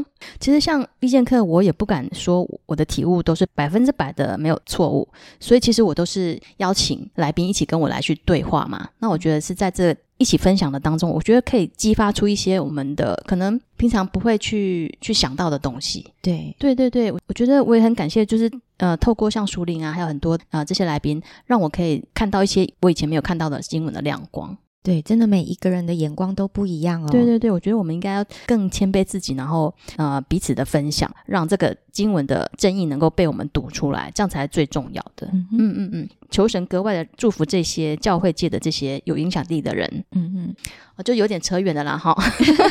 Speaker 1: (laughs) 其实像 B 剑客，我也不敢说我的体悟都是百分之百的没有错误，所以其实我都是邀请来宾一起跟我来去对话嘛。那我觉得是在这一起分享的当中，我觉得可以激发出一些我们的可能平常不会去去想到的东西。
Speaker 2: 对，
Speaker 1: 对对对，我我觉得我也很感谢，就是呃，透过像舒玲啊，还有很多呃这些来宾，让我可以看到一些我以前没有看到的新闻的亮光。嗯
Speaker 2: 对，真的每一个人的眼光都不一样哦。
Speaker 1: 对对对，我觉得我们应该要更谦卑自己，然后呃彼此的分享，让这个经文的真意能够被我们读出来，这样才是最重要的。
Speaker 2: 嗯哼，
Speaker 1: 嗯嗯嗯，求神格外的祝福这些教会界的这些有影响力的人，
Speaker 2: 嗯哼，
Speaker 1: 哦，就有点扯远了啦哈。 (laughs)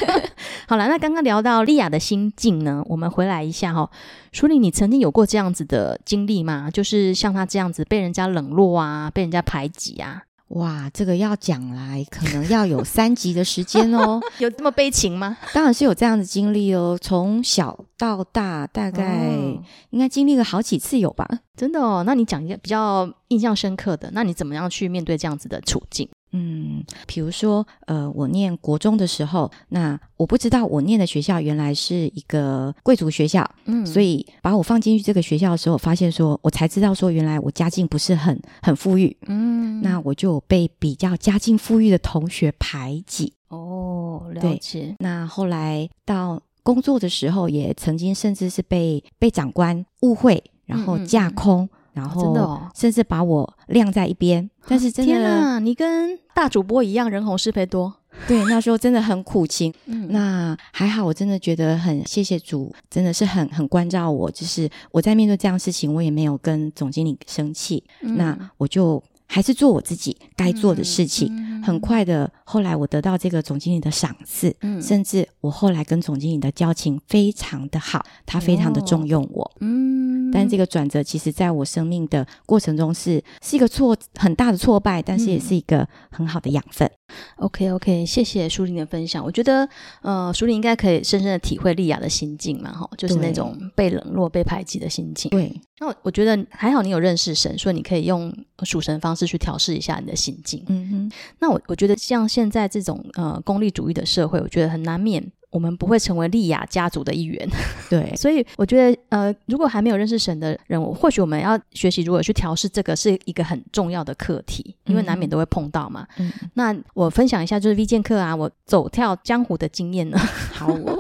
Speaker 1: 好了，那刚刚聊到莉亚的心境呢，我们回来一下哈、舒玲，你曾经有过这样子的经历吗？就是像她这样子被人家冷落啊，被人家排挤啊，
Speaker 2: 哇，这个要讲来，可能要有三集的时间哦。
Speaker 1: (laughs) 有这么悲情吗？
Speaker 2: 当然是有这样的经历哦，从小到大，大概
Speaker 1: 哦
Speaker 2: 应该经历了好几次有吧。
Speaker 1: 真的哦，那你讲一个比较印象深刻的，那你怎么样去面对这样子的处境？
Speaker 2: 嗯，比如说，呃，我念国中的时候，那我不知道我念的学校原来是一个贵族学校，
Speaker 1: 嗯
Speaker 2: 所以把我放进去这个学校的时候，我发现说，我才知道说，原来我家境不是很很富裕，
Speaker 1: 嗯
Speaker 2: 那我就有被比较家境富裕的同学排挤。
Speaker 1: 哦，了
Speaker 2: 对
Speaker 1: 解，
Speaker 2: 那后来到工作的时候，也曾经甚至是被被长官误会，然后
Speaker 1: 嗯嗯
Speaker 2: 架
Speaker 1: 嗯
Speaker 2: 空，然
Speaker 1: 真的
Speaker 2: 后
Speaker 1: 哦。
Speaker 2: 甚至把我晾在一边。但是真
Speaker 1: 天
Speaker 2: 的，
Speaker 1: 啊，你跟大主播一样，人红是非多。
Speaker 2: 对那时候真的很苦情。
Speaker 1: 嗯
Speaker 2: 那还好，我真的觉得很谢谢主，真的是很很关照我。就是我在面对这样的事情，我也没有跟总经理生气，那我就还是做我自己该做的事情。
Speaker 1: 嗯嗯
Speaker 2: 很，快的，后来我得到这个总经理的赏识，
Speaker 1: 嗯
Speaker 2: 甚至我后来跟总经理的交情非常的好，他非常的重用我。
Speaker 1: 嗯嗯
Speaker 2: 但这个转折其实在我生命的过程中是是一个挫很大的挫败，但是也是一个很好的养分。
Speaker 1: OK OK，谢谢舒玲的分享。我觉得，呃，舒玲应该可以深深的体会莉亚的心境嘛，哈，就是那
Speaker 2: 对
Speaker 1: 种被冷落、被排挤的心境。
Speaker 2: 嗯对，
Speaker 1: 那我我觉得还好，你有认识神，所以你可以用呃属神方式去调试一下你的心境。
Speaker 2: 嗯哼，
Speaker 1: 那我我觉得像现在这种呃功利主义的社会，我觉得很难免。我们不会成为利亚家族的一员， (laughs)
Speaker 2: 对，
Speaker 1: 所以我觉得，呃，如果还没有认识神的人，我或许我们要学习如何去调试这个是一个很重要的课题，因为难免
Speaker 2: 嗯哼
Speaker 1: 都会碰到嘛。
Speaker 2: 嗯，
Speaker 1: 那我分享一下，就是 V 剑客啊，我走跳江湖的经验呢。 (laughs)
Speaker 2: 好哦，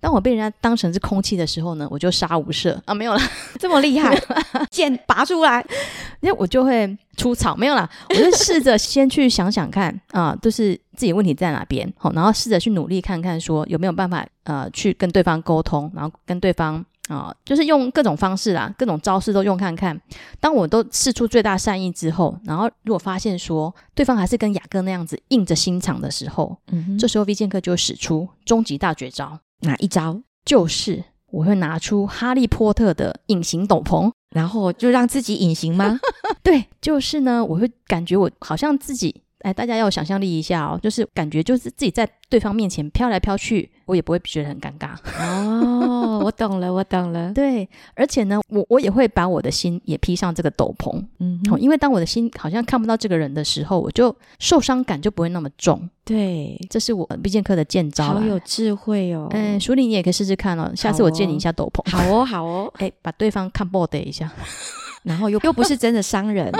Speaker 1: 当我被人家当成是空气的时候呢，我就杀无赦啊，没有啦，
Speaker 2: (laughs)
Speaker 1: (laughs)
Speaker 2: 这么 (laughs) 厉害，剑拔出来，
Speaker 1: 因为我就会出草，没有啦，我就试着先去想想看 (laughs) 啊、就是自己问题在哪边，好，然后试着去努力看看说有没有办法呃去跟对方沟通，然后跟对方。啊、就是用各种方式啦，各种招式都用看看。当我都试出最大善意之后，然后如果发现说对方还是跟雅各那样子硬着心肠的时候，
Speaker 2: 嗯哼，
Speaker 1: 这
Speaker 2: 这
Speaker 1: 时候 V 剑客就使出终极大绝招，
Speaker 2: 哪一招？
Speaker 1: 就是我会拿出哈利波特的隐形斗篷。 (laughs)
Speaker 2: 然后就让自己隐形吗？
Speaker 1: 对，就是呢，我会感觉我好像自己，哎，大家要有想象力一下哦，就是感觉就是自己在对方面前飘来飘去，我也不会觉得很尴尬。
Speaker 2: (laughs)
Speaker 1: (laughs)
Speaker 2: 哦，我懂了，我懂了，
Speaker 1: 对，而且呢，我我也会把我的心也披上这个斗篷，
Speaker 2: 嗯
Speaker 1: 哦，因为当我的心好像看不到这个人的时候，我就受伤感就不会那么重。
Speaker 2: 对，
Speaker 1: 这是我必剑客的剑招
Speaker 2: 好
Speaker 1: 啦。
Speaker 2: 有智慧哦，
Speaker 1: 嗯，淑玲你也可以试试看哦，下次我借你一下斗篷，
Speaker 2: 好哦，好哦，
Speaker 1: 哎，把对方看 b o d 一下。
Speaker 2: (laughs) 然后又又不是真的伤 (laughs) 人，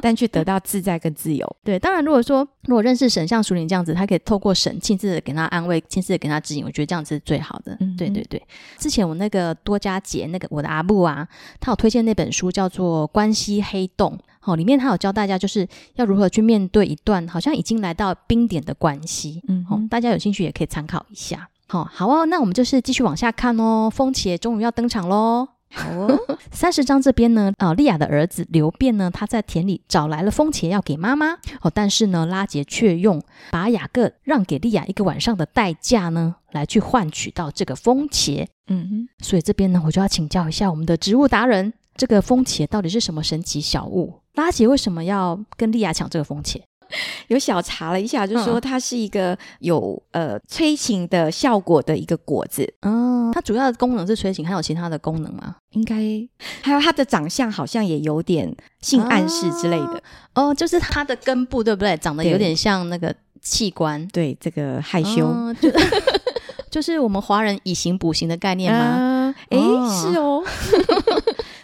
Speaker 2: 但却得到自在跟自由。
Speaker 1: 对，当然，如果说如果认识神像属灵这样子，他可以透过神亲自的给他安慰，亲自的给他指引，我觉得这样子是最好的。
Speaker 2: 嗯哼
Speaker 1: 对对对。之前我那个多佳姐，那个我的阿布啊，他有推荐那本书叫做《关系黑洞》，好、里面他有教大家就是要如何去面对一段好像已经来到冰点的关系。
Speaker 2: 嗯
Speaker 1: 好、大家有兴趣也可以参考一下。好、好哦，那我们就是继续往下看哦。风姐终于要登场喽。
Speaker 2: 好哦，
Speaker 1: 三十章这边呢，呃，利亚的儿子刘辩呢，他在田里找来了蜂茄要给妈妈哦，但是呢，拉杰却用把雅各让给利亚一个晚上的代价呢，来去换取到这个蜂茄。
Speaker 2: (laughs) 嗯
Speaker 1: 所以这边呢，我就要请教一下我们的植物达人，这个蜂茄到底是什么神奇小物？拉杰为什么要跟利亚抢这个蜂茄？
Speaker 2: 哼， (laughs) 有小查了一下，就说
Speaker 1: 嗯
Speaker 2: 它是一个有呃催情的效果的一个果子。
Speaker 1: 嗯，它主要的功能是催情，还有其他的功能吗？
Speaker 2: 应该还有它的长相好像也有点性暗示之类的，
Speaker 1: 啊哦，就是它的根部对不对？长得有
Speaker 2: 对
Speaker 1: 点像那个器官，
Speaker 2: 对这个害羞
Speaker 1: 嗯就 (laughs) 就是我们华人以形补形的概念嘛，
Speaker 2: 啊，哎、
Speaker 1: 哦
Speaker 2: 是哦，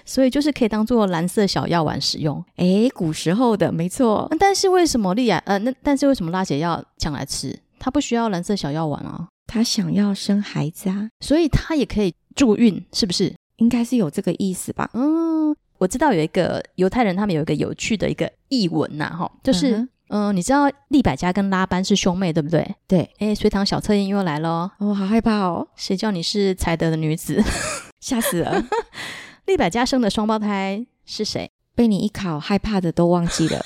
Speaker 1: 所以就是可以当做蓝色小药丸使用。嗯
Speaker 2: 哎，古时候的没错，
Speaker 1: 那但是为什么莉亚呃，那但是为什么拉姐要抢来吃？她不需要蓝色小药丸啊，
Speaker 2: 他想要生孩子啊，
Speaker 1: 所以她也可以助孕，是不是？
Speaker 2: 应该是有这个意思吧？
Speaker 1: 嗯，我知道有一个犹太人，他们有一个有趣的一个译文呐、哈，就是
Speaker 2: 嗯哼
Speaker 1: 嗯、呃你知道利百加跟拉班是兄妹，对不对？
Speaker 2: 对，
Speaker 1: 哎，隋唐小测验又来了哦，
Speaker 2: 我、好害怕哦，
Speaker 1: 谁叫你是才德的女子？ (laughs)
Speaker 2: 吓死了，
Speaker 1: 利百加生的双胞胎是谁？
Speaker 2: (laughs) 被你一考，害怕的都忘记了。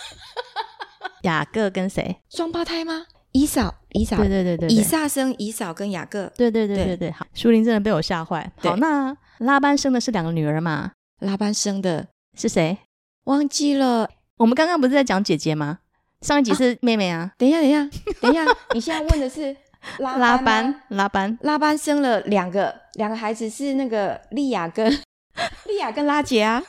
Speaker 1: 雅各跟谁？
Speaker 2: (laughs) 双胞胎吗？以扫，以扫，
Speaker 1: 对对对对，
Speaker 2: 以
Speaker 1: 对
Speaker 2: 撒生以扫跟雅各，
Speaker 1: 对对对
Speaker 2: 对
Speaker 1: 对对，好，舒林真的被我吓坏。好，
Speaker 2: 对
Speaker 1: 那拉班生的是两个女儿嘛？
Speaker 2: 拉班生的
Speaker 1: 是谁？
Speaker 2: 忘记了。
Speaker 1: 我们刚刚不是在讲姐姐吗？上一集是妹妹啊，
Speaker 2: 等一下，等一 (laughs) 下，等一下，你现在问的是拉
Speaker 1: 拉
Speaker 2: 班
Speaker 1: 班啊
Speaker 2: 吗，
Speaker 1: 拉班，
Speaker 2: 拉班生了两个两个孩子，是那个利亚跟 (laughs) 利亚跟拉杰啊，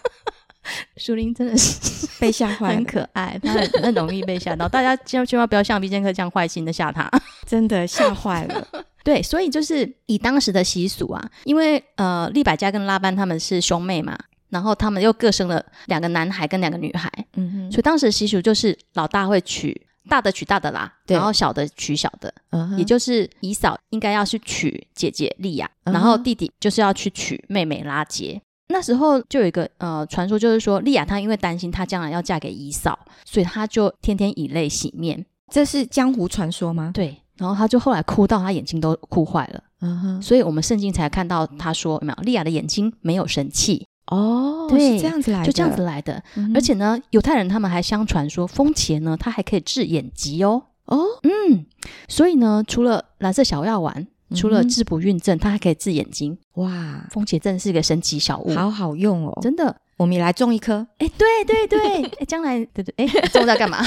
Speaker 1: 舒林真的是
Speaker 2: 被吓坏
Speaker 1: 很
Speaker 2: 了，
Speaker 1: 可爱，她很很容易被吓到。大家千万千万不要像毕剑客这样坏心的吓她。
Speaker 2: 真的吓坏了。
Speaker 1: (laughs) 对，所以就是以当时的习俗啊，因为呃，利百加跟拉班他们是兄妹嘛，然后他们又各生了两个男孩跟两个女孩，
Speaker 2: (laughs) 嗯
Speaker 1: 所以当时的习俗就是老大会娶大的娶大的啦，
Speaker 2: 对
Speaker 1: 然后小的娶小的，
Speaker 2: 嗯哼
Speaker 1: 也就是姨嫂应该要去娶姐姐莉亚，
Speaker 2: 嗯哼
Speaker 1: 然后弟弟就是要去娶妹妹拉杰。那时候就有一个呃传说，就是说莉亚她因为担心她将来要嫁给姨嫂，所以她就天天以泪洗面。
Speaker 2: 这是江湖传说吗？
Speaker 1: 对，然后她就后来哭到她眼睛都哭坏了，
Speaker 2: 嗯哼，
Speaker 1: 所以我们圣经才看到她说有没有莉亚的眼睛没有神气，
Speaker 2: 哦，
Speaker 1: 对
Speaker 2: 是这样子来的，
Speaker 1: 就这样子来的。
Speaker 2: 嗯哼，
Speaker 1: 而且呢，犹太人他们还相传说风茄呢，它还可以治眼疾哦。
Speaker 2: 哦，
Speaker 1: 嗯，所以呢，除了蓝色小药丸，除了
Speaker 2: 嗯
Speaker 1: 治不孕症，它还可以治眼睛。
Speaker 2: 哇，
Speaker 1: 风茄症是一个神奇小物，
Speaker 2: 好好用哦！
Speaker 1: 真的。
Speaker 2: 我们也来种一颗，
Speaker 1: 哎，对对对，哎，将来对对，哎，种在干嘛？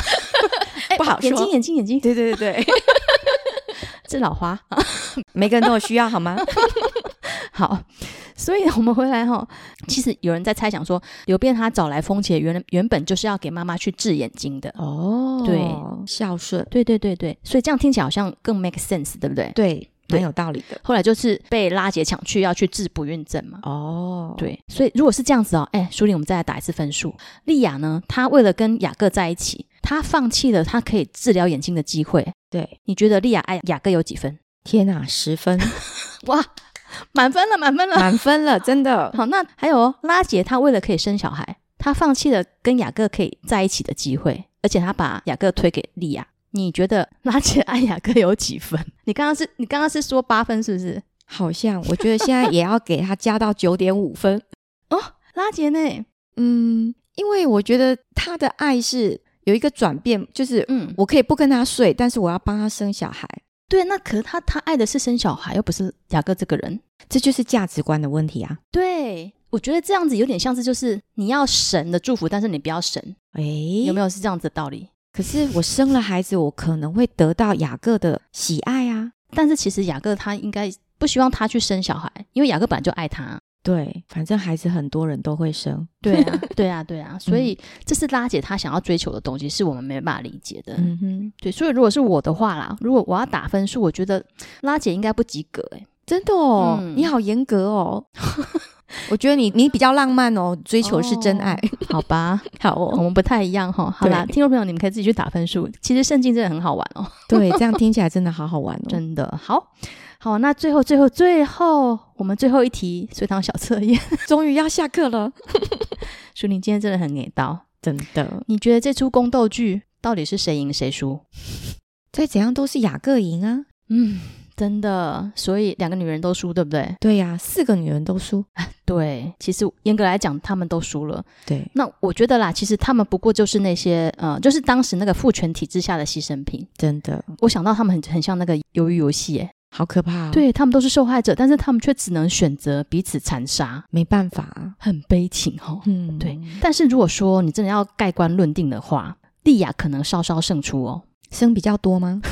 Speaker 1: 哎
Speaker 2: (laughs) 不好
Speaker 1: 眼睛
Speaker 2: 说
Speaker 1: 眼睛眼睛，
Speaker 2: 对对对对，
Speaker 1: 治老花。
Speaker 2: (laughs) 每个人都有需要好吗？
Speaker 1: 好，所以我们回来哈，其实有人在猜想说，刘辩他找来风茄原原本就是要给妈妈去治眼睛的。
Speaker 2: 哦
Speaker 1: 对，
Speaker 2: 孝顺，
Speaker 1: 对对对对，所以这样听起来好像更 make sense，对不对？
Speaker 2: 对，
Speaker 1: 对
Speaker 2: 蛮有道理的。
Speaker 1: 后来就是被拉姐抢去要去治不孕症嘛。
Speaker 2: 哦，
Speaker 1: 对，所以如果是这样子哦，哎，淑玲，我们再来打一次分数。丽雅呢，她为了跟雅各在一起，她放弃了她可以治疗眼睛的机会。
Speaker 2: 对，
Speaker 1: 你觉得丽雅爱雅各有几分？
Speaker 2: 天哪，十分
Speaker 1: 哇，满分了，满分了。
Speaker 2: 满分了，真 (laughs) 的。
Speaker 1: 好，那还有哦，拉姐她为了可以生小孩，她放弃了跟雅各可以在一起的机会，而且她把雅各推给莉亚。你觉得拉姐爱雅各有几分？ (laughs) 你刚刚是你刚刚是说八分是不是？
Speaker 2: 好像我觉得现在也要给他加到九点五分。
Speaker 1: 拉姐呢？
Speaker 2: 嗯，因为我觉得他的爱是有一个转变，就是
Speaker 1: 嗯，
Speaker 2: 我可以不跟他睡，但是我要帮他生小孩，
Speaker 1: 对，那可是她她爱的是生小孩，又不是雅各这个人。
Speaker 2: 这就是价值观的问题啊。
Speaker 1: 对，我觉得这样子有点像是就是你要神的祝福，但是你不要神，
Speaker 2: 诶，
Speaker 1: 有没有是这样子的道理？
Speaker 2: 可是我生了孩子，我可能会得到雅各的喜爱啊。
Speaker 1: 但是其实雅各他应该不希望她去生小孩，因为雅各本来就爱啊她。
Speaker 2: 对，反正孩子很多人都会生。
Speaker 1: 对啊， (laughs) 对啊，对
Speaker 2: 嗯
Speaker 1: 啊，所以这是拉姐她想要追求的东西，是我们没办法理解的。
Speaker 2: (laughs) 嗯哼，
Speaker 1: 对，所以如果是我的话啦，如果我要打分数，我觉得拉姐应该不及格、欸。
Speaker 2: 真的哦，
Speaker 1: 嗯
Speaker 2: 你好严格哦。 (laughs) 我觉得你你比较浪漫哦，追求是真爱。 (laughs)
Speaker 1: 好吧，
Speaker 2: 哦好哦
Speaker 1: 我，们不太一样哈。好啦，
Speaker 2: 对
Speaker 1: 听众朋友，你们可以自己去打分数。其实圣经真的很好玩哦，
Speaker 2: 对，这样听起来真的好好玩哦。
Speaker 1: 真的好。好，那最后最后最后，我们最后一题随堂小测验，
Speaker 2: 终于要下课了，
Speaker 1: 淑玲今天真的很给到。
Speaker 2: 真的。
Speaker 1: 你觉得这出宫斗剧到底是谁赢谁输？
Speaker 2: 再怎样都是雅各赢啊。
Speaker 1: 嗯，真的，所以两个女人都输，对不对？
Speaker 2: 对呀、四个女人都输。
Speaker 1: 对，其实严格来讲，他们都输了。
Speaker 2: 对，
Speaker 1: 那我觉得啦，其实他们不过就是那些呃，就是当时那个父权体制下的牺牲品。
Speaker 2: 真的
Speaker 1: 我想到他们很很像那个鱿鱼游戏，哎，
Speaker 2: 好可怕、哦。，
Speaker 1: 对他们都是受害者，但是他们却只能选择彼此残杀，
Speaker 2: 没办法、啊。
Speaker 1: 很悲情哦。
Speaker 2: 嗯，
Speaker 1: 对，但是如果说你真的要盖棺论定的话，莉亚可能稍稍胜出哦。
Speaker 2: 生比较多吗？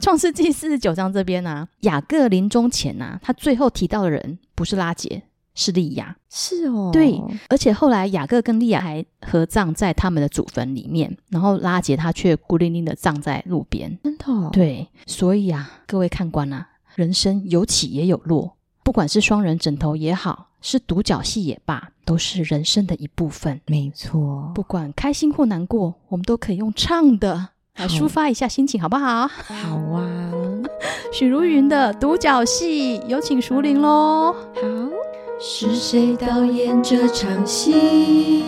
Speaker 1: 创世纪四十九章这边啊，雅各临终前呐、他最后提到的人不是拉杰，是莉亚。
Speaker 2: (laughs) 是哦。
Speaker 1: 对而且后来雅各跟利亚还合葬在他们的祖坟里面，然后拉杰他却孤零零的葬在路边。
Speaker 2: 真的、哦。
Speaker 1: 对，所以啊，各位看官啊，人生有起也有落，不管是双人枕头也好，是独角戏也罢，都是人生的一部分。
Speaker 2: 没错，
Speaker 1: 不管开心或难过，我们都可以用唱的来
Speaker 2: 好
Speaker 1: 抒发一下心情，好不好？
Speaker 2: 好啊，
Speaker 1: 许茹芸的独角戏，有请熟龄喽。
Speaker 2: 好。是谁导演这场戏？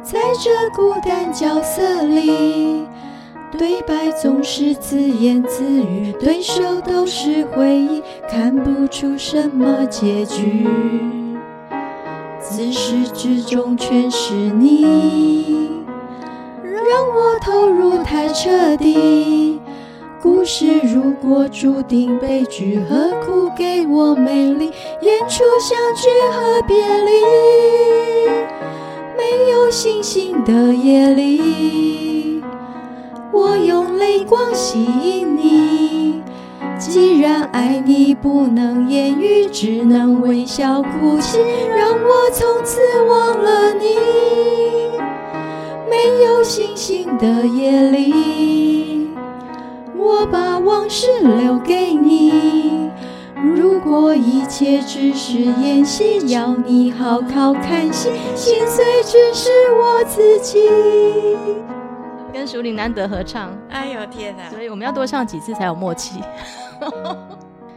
Speaker 2: 在这孤单角色里，对白总是自言自语，对手都是回忆，看不出什么结局。自始至终全是你，让我投入太彻底。故事如果注定悲剧，何苦给我美丽？演出相聚和别离，没有星星的夜里，我用泪光吸引你。既然爱你不能言语，只能微笑哭泣，让我从此忘了你。没有星星的夜里，我把往事留给你。如果一切只是演戏，要你好好看戏，心碎只是我自己。
Speaker 1: 跟熟龄难得合唱。
Speaker 2: 哎呦天哪！
Speaker 1: 所以我们要多唱几次才有默契。 (laughs)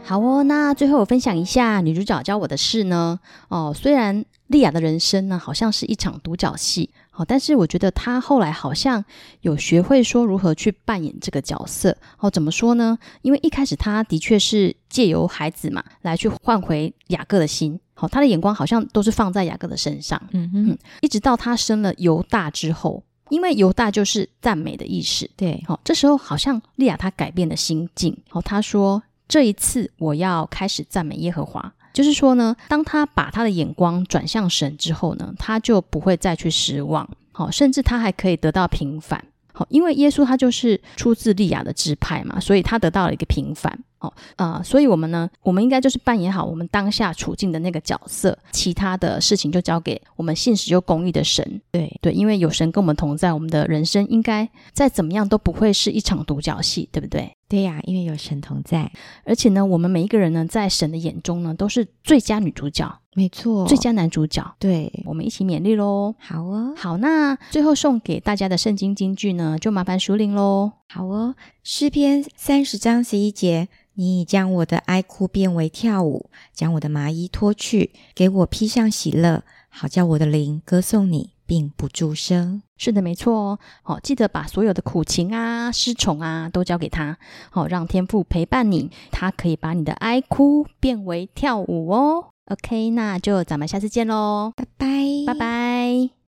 Speaker 1: 好哦，那最后我分享一下女主角教我的事呢。哦，虽然莉亚的人生呢好像是一场独角戏，好、但是我觉得她后来好像有学会说如何去扮演这个角色。哦，怎么说呢？因为一开始她的确是借由孩子嘛来去换回雅各的心，好、她的眼光好像都是放在雅各的身上。
Speaker 2: 嗯哼，
Speaker 1: 一直到她生了犹大之后，因为犹大就是赞美的意识。
Speaker 2: 对，
Speaker 1: 好、这时候好像利亚她改变了心境。好、她说：“这一次我要开始赞美耶和华。”就是说呢，当她把她的眼光转向神之后呢，她就不会再去失望。好、甚至她还可以得到平反。好、因为耶稣他就是出自利亚的支派嘛，所以他得到了一个平反。哦，呃，所以我们呢，我们应该就是扮演好我们当下处境的那个角色，其他的事情就交给我们信实又公义的神。
Speaker 2: 对，
Speaker 1: 对，因为有神跟我们同在，我们的人生应该再怎么样都不会是一场独角戏，对不对？
Speaker 2: 对呀、啊因为有神同在，
Speaker 1: 而且呢，我们每一个人呢，在神的眼中呢，都是最佳女主角、
Speaker 2: 没错，
Speaker 1: 最佳男主角，
Speaker 2: 对，
Speaker 1: 我们一起勉励喽。
Speaker 2: 好哦，
Speaker 1: 好，那最后送给大家的圣经金句呢，就麻烦熟龄喽。
Speaker 2: 好哦，诗篇三十章十一节，你已将我的哀哭变为跳舞，将我的麻衣脱去，给我披上喜乐，好叫我的灵歌颂你，并不住声。
Speaker 1: 是的，没错哦。好、记得把所有的苦情啊、失宠啊都交给他，好、让天父陪伴你，他可以把你的哀哭变为跳舞哦。OK，那就咱们下次见喽，
Speaker 2: 拜拜，
Speaker 1: 拜拜。